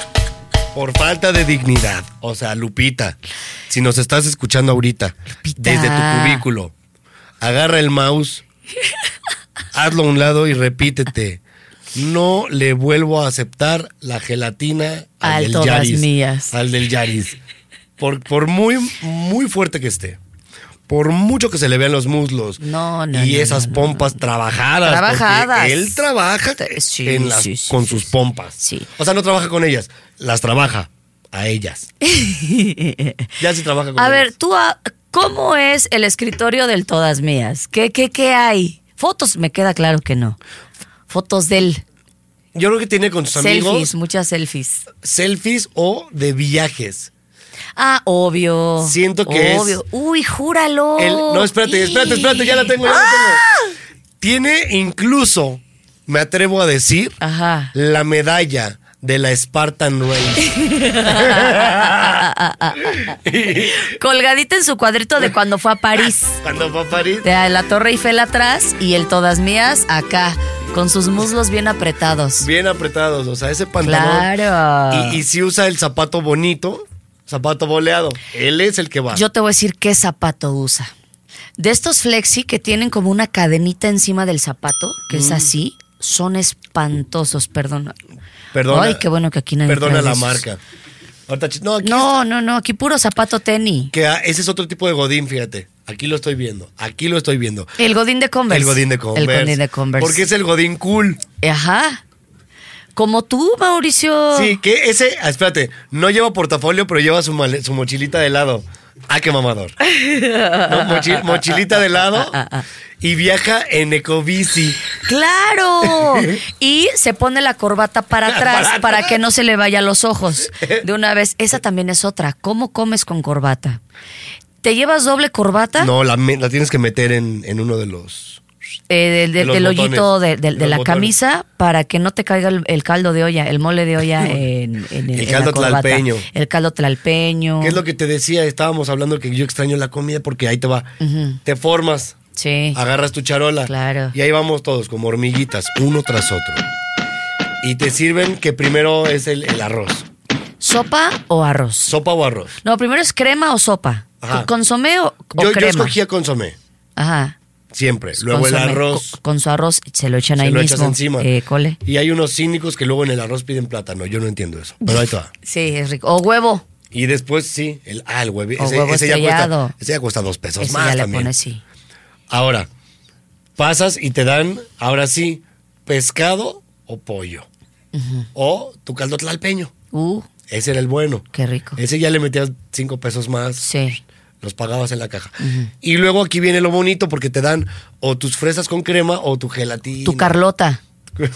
B: Por falta de dignidad. O sea, Lupita, si nos estás escuchando ahorita,
C: Lupita.
B: desde tu cubículo, agarra el mouse, hazlo a un lado y repítete. No le vuelvo a aceptar la gelatina al,
C: Al
B: del
C: todas
B: Yaris.
C: mías.
B: Al del Yaris. Por, por muy, muy fuerte que esté. Por mucho que se le vean los muslos
C: No, no,
B: y
C: no,
B: esas
C: no, no,
B: pompas trabajadas. porque
C: Trabajadas.
B: Él trabaja
C: Sí,
B: en las-
C: sí, sí,
B: con
C: sí,
B: sus
C: sí.
B: pompas.
C: Sí.
B: O sea, no trabaja con ellas, las trabaja a ellas. Ya sí trabaja con
C: A
B: ellas.
C: ver, tú, ah, ¿cómo es el escritorio del todas mías? ¿Qué, qué, qué hay? Fotos, me queda claro que no. Fotos de él.
B: Yo creo que tiene con sus
C: Selfies,
B: amigos
C: muchas selfies.
B: selfies o de viajes.
C: Ah, obvio.
B: Siento que es-
C: Obvio. Uy, júralo.
B: Él- no, espérate, espérate, espérate, ya la tengo, ya la tengo.
C: Ah.
B: Tiene incluso, me atrevo a decir,
C: Ajá.
B: la medalla de la Spartan Race.
C: Colgadita en su cuadrito de cuando fue a París.
B: Cuando fue a París.
C: De la Torre Eiffel atrás y el todas mías acá, con sus muslos bien apretados.
B: Bien apretados, o sea, ese pantalón.
C: Claro.
B: Y, y si usa el zapato bonito, zapato boleado. Él es el que va.
C: Yo te voy a decir qué zapato usa. De estos flexi que tienen como una cadenita encima del zapato, que
B: Mm.
C: es así, son espantosos, perdón.
B: Perdona-
C: Ay, qué bueno que aquí nadie
B: Perdona
C: trae
B: la
C: esos.
B: marca. Ahorita ch- no, aquí
C: No, no, no, aquí puro zapato tenis.
B: que ah, ese es otro tipo de godín, fíjate. Aquí lo estoy viendo, aquí lo estoy viendo.
C: El godín de Converse.
B: El godín de Converse.
C: El godín de Converse.
B: Porque es el godín cool.
C: Ajá. Como tú, Mauricio.
B: Sí, que ese, ah, espérate, no lleva portafolio, pero lleva su, male- su mochilita de lado. Ah, qué mamador. No, mochi- mochilita de
C: Ah,
B: lado y viaja en ecobici.
C: ¡Claro! Y se pone la corbata para atrás
B: Para
C: para
B: atrás.
C: que no se le vaya a los ojos. De una vez, esa también es otra. ¿Cómo comes con corbata? ¿Te llevas doble corbata?
B: No, la, me- la tienes que meter en, en uno de los...
C: eh, del,
B: de los
C: del hoyito
B: botones,
C: de, de-
B: de
C: de
B: los
C: la
B: botones.
C: camisa para que no te caiga el, el caldo de olla, el mole de olla en, en- en-
B: El
C: en la
B: caldo
C: corbata.
B: tlalpeño.
C: El caldo tlalpeño.
B: ¿Qué es lo que te decía? Estábamos hablando que yo extraño la comida porque ahí te va. Te formas.
C: Sí.
B: agarras tu charola.
C: Eh. Claro.
B: Y ahí vamos todos, como hormiguitas, uno tras otro. Y te sirven que primero es el, el arroz.
C: ¿Sopa o arroz?
B: Sopa o arroz.
C: No, primero es crema o sopa.
B: Ajá.
C: ¿Consomé o, o
B: Yo, yo
C: crema?
B: escogía consomé,
C: Ajá.
B: siempre. Luego el
C: Consomé.
B: arroz.
C: Co- Con, su arroz se lo echan
B: se
C: ahí
B: lo
C: mismo.
B: echas encima.
C: eh, cole.
B: Y hay unos cínicos que luego en el arroz piden plátano. Yo no entiendo eso. Pero ahí está.
C: Sí, es rico. O huevo.
B: Y después sí, el, ah, el huevi-
C: O
B: Ese,
C: huevo
B: ese ya
C: estrellado.
B: cuesta, ese ya cuesta dos pesos
C: Eso
B: más
C: ya le
B: también.
C: pones, sí.
B: Ahora, pasas y te dan, ahora sí, pescado o pollo. O tu caldo tlalpeño.
C: Uh,
B: Ese era el bueno.
C: qué rico.
B: Ese ya le metías cinco pesos más.
C: Sí.
B: Los pagabas en la caja. Y luego aquí viene lo bonito porque te dan o tus fresas con crema o tu gelatina.
C: Tu Carlota.
B: La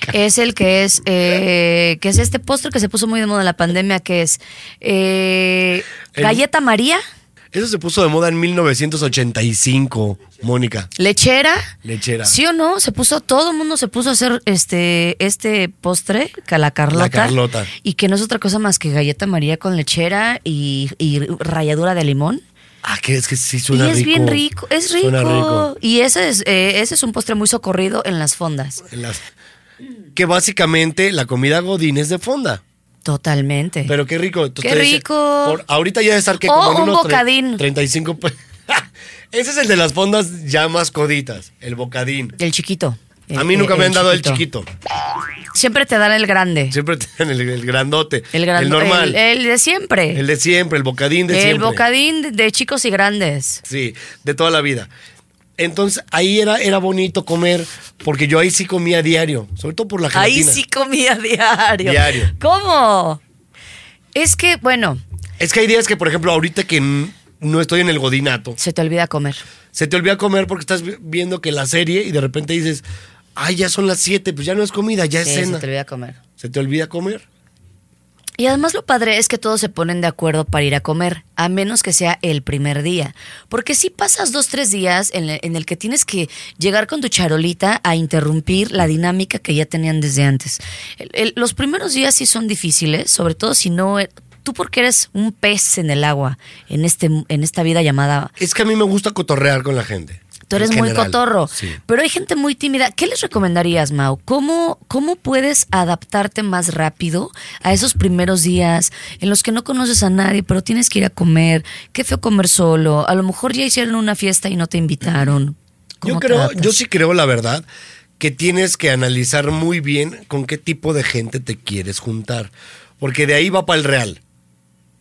B: ca-
C: Es el que es, eh, que es este postre que se puso muy de moda en la pandemia, que es eh,
B: El-
C: galleta María,
B: Eso se puso de moda en 1985, Mónica.
C: lechera.
B: Lechera.
C: ¿Sí o no? Se puso, todo el mundo se puso a hacer este, este postre, que la Carlota.
B: Carlota.
C: Y que no es otra cosa más que galleta María con lechera y, y ralladura de limón.
B: Ah, que es que sí suena
C: y es
B: rico.
C: bien rico, es rico.
B: Suena rico.
C: Y ese es, eh, ese es un postre muy socorrido en las fondas.
B: En las- Que básicamente la comida godín es de fonda.
C: Totalmente.
B: Pero qué rico. Entonces,
C: ¡Qué
B: te dice,
C: rico!
B: por- ahorita ya debe estar que
C: O
B: como en
C: un
B: unos tre-
C: bocadín.
B: 35 pe- Ese es el de las fondas ya más coditas, el bocadín.
C: el chiquito.
B: A
C: El- e-
B: mí
C: el-
B: nunca me han dado el chiquito.
C: Siempre te dan el grande.
B: Siempre te dan el, el grandote. El,
C: El, grande,
B: normal.
C: El,
B: El,
C: el de siempre. El,
B: de siempre, el bocadín de siempre.
C: bocadín de- de chicos y grandes.
B: Sí, de toda la vida. Entonces ahí era, era bonito comer, porque yo ahí sí comía diario, sobre todo por la
C: Ahí
B: gelatina.
C: sí comía diario.
B: Diario.
C: ¿Cómo? Es que, bueno,
B: Es que hay días que, por ejemplo, ahorita que n- no estoy en el godinato,
C: se te olvida comer.
B: se te olvida comer porque estás vi- viendo que la serie y de repente dices, ay, ya son las 7, pues ya no es comida, ya es
C: Sí, se
B: cena.
C: te olvida comer.
B: se te olvida comer.
C: Y además lo padre es que todos se ponen de acuerdo para ir a comer, a menos que sea el primer día. Porque si pasas dos, tres días en el, en el que tienes que llegar con tu charolita a interrumpir la dinámica que ya tenían desde antes. El- el- los primeros días sí son difíciles, sobre todo si no... e- Tú porque eres un pez en el agua, en, este, en esta vida llamada
B: Es que a mí me gusta cotorrear con la gente.
C: Tú
B: en
C: eres muy
B: general.
C: cotorro,
B: Sí.
C: pero hay gente muy tímida. ¿Qué les recomendarías, Mau? ¿Cómo, ¿Cómo puedes adaptarte más rápido a esos primeros días en los que no conoces a nadie, pero tienes que ir a comer? Qué feo comer solo. A lo mejor ya hicieron una fiesta y no te invitaron. ¿Cómo
B: Yo
C: te
B: creo,
C: adaptas?
B: yo sí creo la verdad que tienes que analizar muy bien con qué tipo de gente te quieres juntar, porque de ahí va para el real.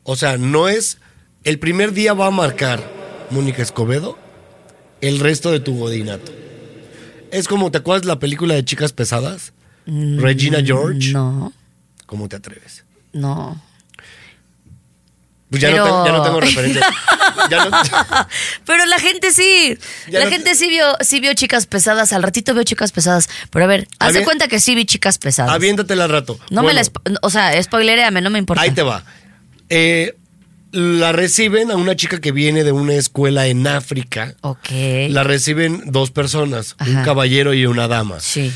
B: O sea, no es el primer día va a marcar Mónica Escobedo el resto de tu godinato. Es como te acuerdas la película de chicas pesadas, Regina George,
C: Mm, No,
B: ¿cómo te atreves?
C: no.
B: Pues ya, no,
C: Pero-
B: tengo, ya no tengo referencias. Ya no-
C: Pero la gente sí.
B: Ya
C: la
B: no-
C: gente sí vio, sí vio chicas pesadas. Al ratito vio chicas pesadas. Pero a ver, haz de
B: Había-
C: cuenta que sí vi chicas pesadas.
B: aviéntatela al rato.
C: No me
B: Bueno.
C: la. spo- O sea, spoileréame, no me importa.
B: Ahí te va. Eh, la reciben a una chica que viene de una escuela en África.
C: Ok.
B: La reciben dos personas, un
C: Ajá.
B: caballero y una dama.
C: Sí.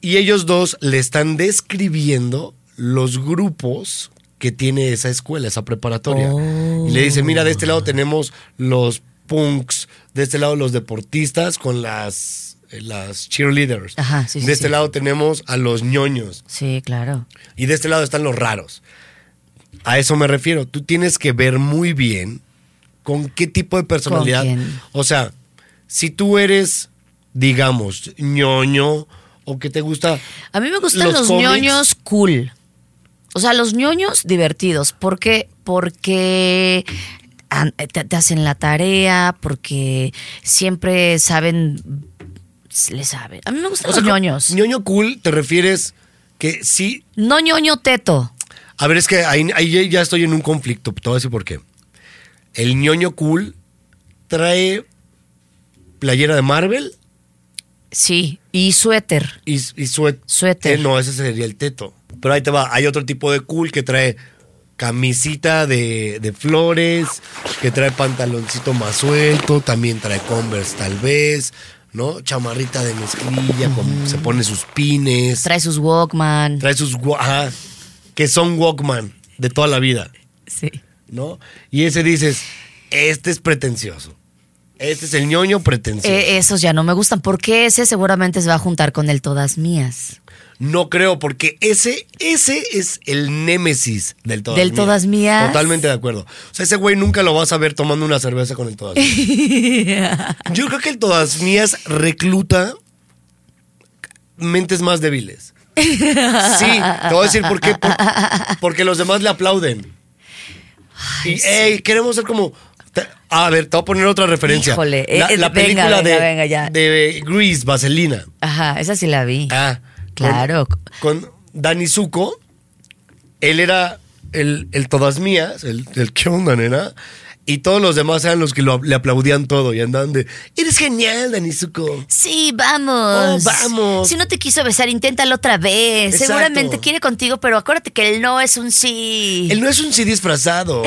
B: Y ellos dos le están describiendo los grupos que tiene esa escuela, esa preparatoria. Y le dice, mira, de este
C: Oh.
B: lado tenemos los punks, de este lado los deportistas con las, eh, las cheerleaders.
C: Ajá, sí, sí,
B: de este
C: sí.
B: lado tenemos a los ñoños.
C: Sí, claro.
B: Y de este lado están los raros. A eso me refiero. Tú tienes que ver muy bien con qué tipo de personalidad.
C: ¿Con quién?
B: O sea, si tú eres, digamos, ñoño o que te gusta.
C: A mí me gustan
B: Los
C: los,
B: cómics.
C: ñoños cool. O sea, los ñoños divertidos. ¿Por qué? Porque an- te, te hacen la tarea, porque siempre saben. Le saben. A mí me gustan
B: O sea,
C: los ñoños.
B: Ñoño cool, te refieres que sí.
C: No ñoño teto.
B: A ver, es que ahí, ahí ya estoy en un conflicto. Te voy a decir por qué. El ñoño cool trae playera de Marvel
C: Sí. Y suéter.
B: Y, y sué- Eh,
C: Suéter.
B: no, ese sería el teto. Pero ahí te va. Hay otro tipo de cool que trae camisita de, de flores, que trae pantaloncito más suelto, también trae Converse tal vez, ¿no? Chamarrita de mezclilla, con- se pone sus pines, trae,
C: Trae sus Walkman.
B: sus... wa- ajá, que son Walkman de toda la vida,
C: sí.
B: ¿no? Y ese dices, este es pretencioso. Este es el ñoño pretencioso.
C: Eh, esos ya no me gustan. Porque ese seguramente se va a juntar con el todas mías.
B: No creo, porque ese, ese es el némesis del todas
C: Del todas mías.
B: Totalmente de acuerdo. O sea, ese güey nunca lo vas a ver tomando una cerveza con el todas mías. Yo creo que el todas mías recluta mentes más débiles. Sí, te voy a decir por qué. por- porque los demás le aplauden. y, "Ey, queremos ser como... te- A ver, te voy a poner otra referencia.
C: Híjole, eh,
B: la,
C: eh,
B: la
C: venga,
B: película
C: venga,
B: de,
C: venga, ya.
B: de Grease, Vaselina.
C: Ajá, esa sí la vi.
B: Ah,
C: Claro.
B: Con, con Dani Zuko, él era el, el todas mías, el, el qué onda, nena. Y todos los demás eran los que lo- le aplaudían todo y andaban de, eres genial, Dani Zuko.
C: Sí, vamos.
B: Oh, vamos.
C: Si no te quiso besar, inténtalo otra vez.
B: Exacto.
C: Seguramente quiere contigo, pero acuérdate que el no es un sí.
B: Él no es un sí disfrazado,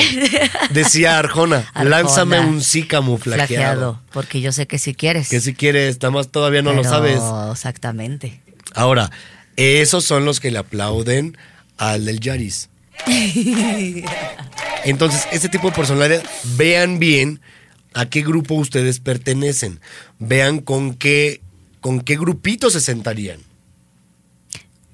B: decía Arjona.
C: Arjona.
B: Lánzame un sí camuflajeado.
C: Flaqueado, porque yo sé que si quieres.
B: Que si quieres, nada más todavía no lo
C: Pero-
B: sabes.
C: Exactamente.
B: Ahora, esos son los que le aplauden al del Yaris. Entonces, este tipo de personalidades, vean bien a qué grupo ustedes pertenecen. Vean con qué, con qué grupito se sentarían.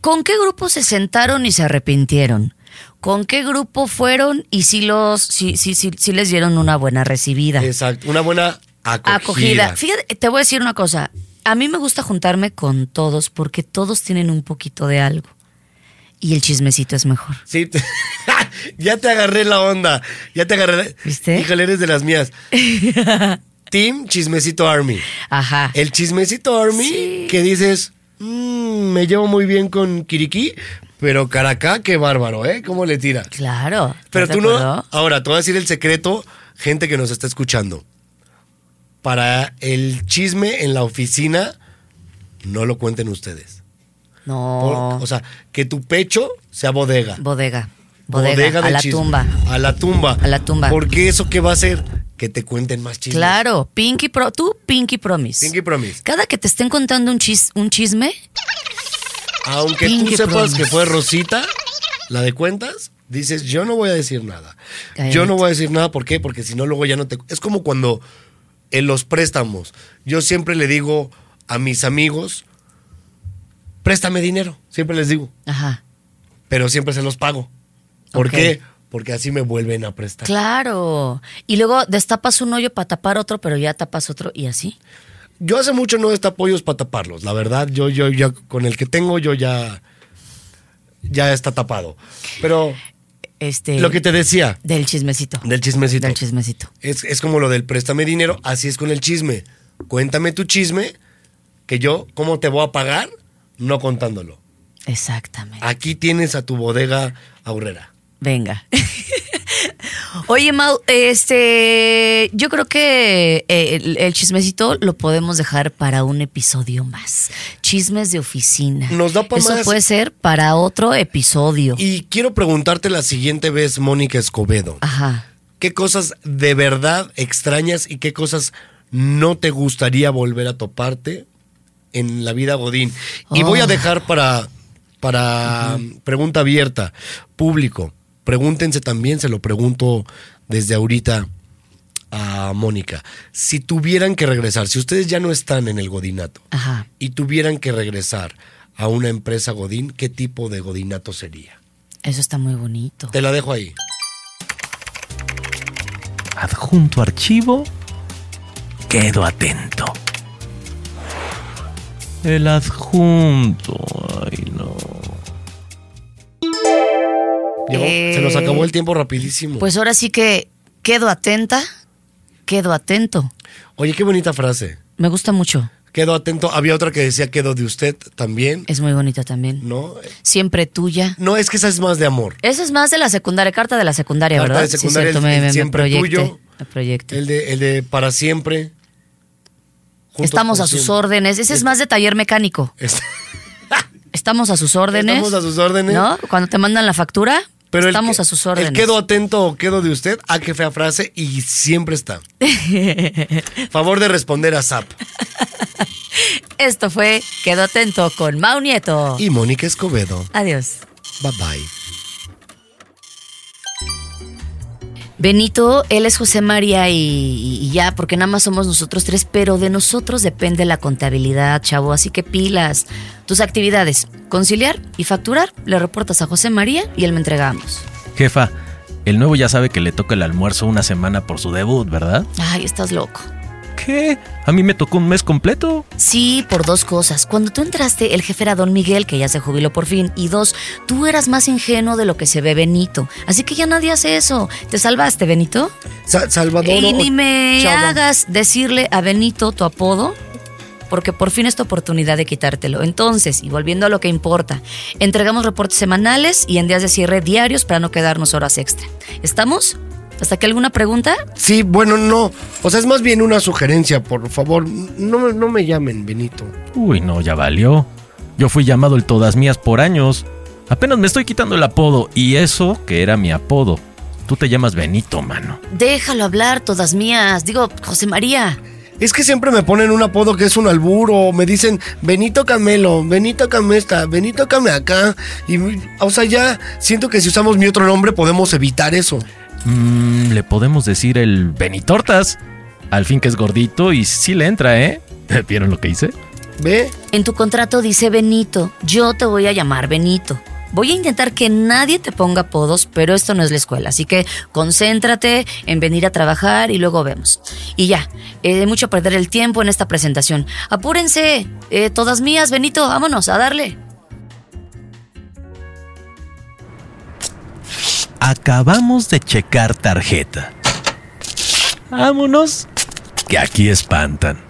C: ¿Con qué grupo se sentaron y se arrepintieron? ¿Con qué grupo fueron y si los, si, si, si, si les dieron una buena recibida?
B: Exacto. Una buena acogida.
C: acogida. Fíjate, te voy a decir una cosa. A mí me gusta juntarme con todos porque todos tienen un poquito de algo. y el chismecito es mejor.
B: Sí, te- ya te agarré la onda. Ya te agarré. la-
C: ¿Viste?
B: Híjole, eres de las mías. Team Chismecito Army.
C: Ajá.
B: El Chismecito Army
C: Sí.
B: que dices, "Mm, me llevo muy bien con Kiriki, pero Caracá, qué bárbaro, ¿eh? ¿Cómo le tira?
C: Claro. ¿estás
B: Pero
C: de
B: tú no.
C: acuerdo?
B: Ahora, te voy a decir el secreto, gente que nos está escuchando. Para el chisme en la oficina, no lo cuenten ustedes. Por-
C: No.
B: O sea, que tu pecho sea bodega.
C: bodega. Bodega. a
B: del
C: la
B: chisme.
C: tumba.
B: A la tumba.
C: A la tumba.
B: Porque eso qué va a hacer? Que te cuenten más chismes.
C: Claro, Pinky Pro, tú Pinky Promise.
B: Pinky Promise.
C: Cada que te estén contando un chis, un chisme,
B: Aunque
C: Pinky
B: tú sepas
C: Promise.
B: que fue Rosita, la de cuentas, dices, yo no voy a decir nada.
C: Cállate.
B: Yo no voy a decir nada, ¿por qué? Porque si no, luego ya no te... Es como cuando en los préstamos, yo siempre le digo a mis amigos, préstame dinero, siempre les digo,
C: ajá.
B: pero siempre se los pago. ¿Por
C: Ok.
B: qué? Porque así me vuelven a prestar.
C: Claro. Y luego destapas un hoyo para tapar otro, pero ya tapas otro y así.
B: Yo hace mucho no destapo hoyos para taparlos. La verdad, yo, yo, yo, con el que tengo, yo ya. Ya está tapado. Pero
C: Este
B: lo que te decía
C: del chismecito.
B: del chismecito.
C: Del chismecito.
B: es, es como lo del préstame dinero, así es con el chisme. Cuéntame tu chisme, que yo, ¿cómo te voy a pagar? No contándolo.
C: Exactamente.
B: Aquí tienes a tu bodega aurrera.
C: Venga. Oye, Mau, este, yo creo que eh, el, el chismecito lo podemos dejar para un episodio más. Chismes de oficina.
B: Nos da pa'
C: Eso
B: más.
C: puede ser para otro episodio.
B: Y quiero preguntarte la siguiente vez, Mónica Escobedo.
C: Ajá.
B: ¿Qué cosas de verdad extrañas y qué cosas no te gustaría volver a toparte en la vida Godín? Y voy a
C: Oh.
B: dejar para, para pregunta abierta, público. Pregúntense también, se lo pregunto desde ahorita a Mónica. Si tuvieran que regresar, si ustedes ya no están en el Godinato
C: Ajá.
B: y tuvieran que regresar a una empresa Godín, ¿qué tipo de Godinato sería?
C: Eso está muy bonito.
B: Te la dejo ahí.
A: Adjunto archivo. Quedo atento. El adjunto. Ay, no.
B: Llegó,
C: Eh,
B: se nos acabó el tiempo rapidísimo.
C: Pues ahora sí que quedo atenta, quedo atento.
B: Oye, qué bonita frase.
C: Me gusta mucho.
B: Quedo atento. Había otra que decía quedo de usted también.
C: Es muy bonita también.
B: No,
C: Siempre tuya.
B: no es que esa es más de amor.
C: Eso es más de la secundaria, carta de la secundaria,
B: Carta
C: ¿verdad?
B: de secundaria,
C: sí, cierto,
B: el-
C: me,
B: el
C: me- me
B: siempre
C: proyecté,
B: tuyo.
C: me proyecté.
B: El de, el de para siempre. Juntos
C: Estamos
B: por
C: a sus
B: siempre.
C: órdenes. Ese es
B: Este-
C: más de taller mecánico.
B: Este-
C: Estamos a sus órdenes.
B: Estamos a sus órdenes.
C: ¿No? Cuando te mandan la factura,
B: Pero el
C: estamos
B: que-
C: a sus órdenes.
B: El quedo atento o quedo de usted, ah, qué fea frase, y siempre está. Favor de responder a Zap.
C: Esto fue Quedo Atento con Mau Nieto.
B: Y Mónica Escobedo.
C: Adiós.
B: Bye bye.
C: Benito, él es José María y, y ya, porque nada más somos nosotros tres, pero de nosotros depende la contabilidad, chavo. Así que pilas. Tus actividades, conciliar y facturar, le reportas a José María y él me entregamos.
A: Jefa, el nuevo ya sabe que le toca el almuerzo una semana por su debut, ¿verdad?
C: Ay, estás loco.
A: ¿Qué? A mí me tocó un mes completo.
C: Sí, por dos cosas. Cuando tú entraste, el jefe era Don Miguel, que ya se jubiló por fin. Y dos, tú eras más ingenuo de lo que se ve Benito. Así que ya nadie hace eso. ¿Te salvaste, Benito?
B: Sa- Salvador.
C: Y
B: o-
C: ni me
B: Chava.
C: hagas decirle a Benito tu apodo, porque por fin es tu oportunidad de quitártelo. Entonces, y volviendo a lo que importa, entregamos reportes semanales y en días de cierre diarios para no quedarnos horas extra. ¿Estamos? ¿Hasta aquí alguna pregunta?
B: Sí, bueno, no. O sea, es más bien una sugerencia, por favor. No, no me llamen, Benito.
A: Uy, no, ya valió. Yo fui llamado el todas mías por años. Apenas me estoy quitando el apodo y eso que era mi apodo. Tú te llamas Benito, mano.
C: Déjalo hablar, todas mías. Digo, José María.
B: Es que siempre me ponen un apodo que es un albur o me dicen Benito Camelo, Benito Camesta, Benito Cameacá. Y, o sea, ya siento que si usamos mi otro nombre podemos evitar eso.
A: Mm, le podemos decir el Benitortas. Al fin que es gordito y sí le entra, ¿eh? ¿Vieron lo que hice?
B: ¿Ve?
C: En tu contrato dice Benito. Yo te voy a llamar Benito. Voy a intentar que nadie te ponga apodos, pero esto no es la escuela, así que concéntrate en venir a trabajar y luego vemos. Y ya, eh, mucho perder el tiempo en esta presentación. Apúrense, eh, todas mías, Benito, vámonos a darle.
A: Acabamos de checar tarjeta. Vámonos, que aquí espantan.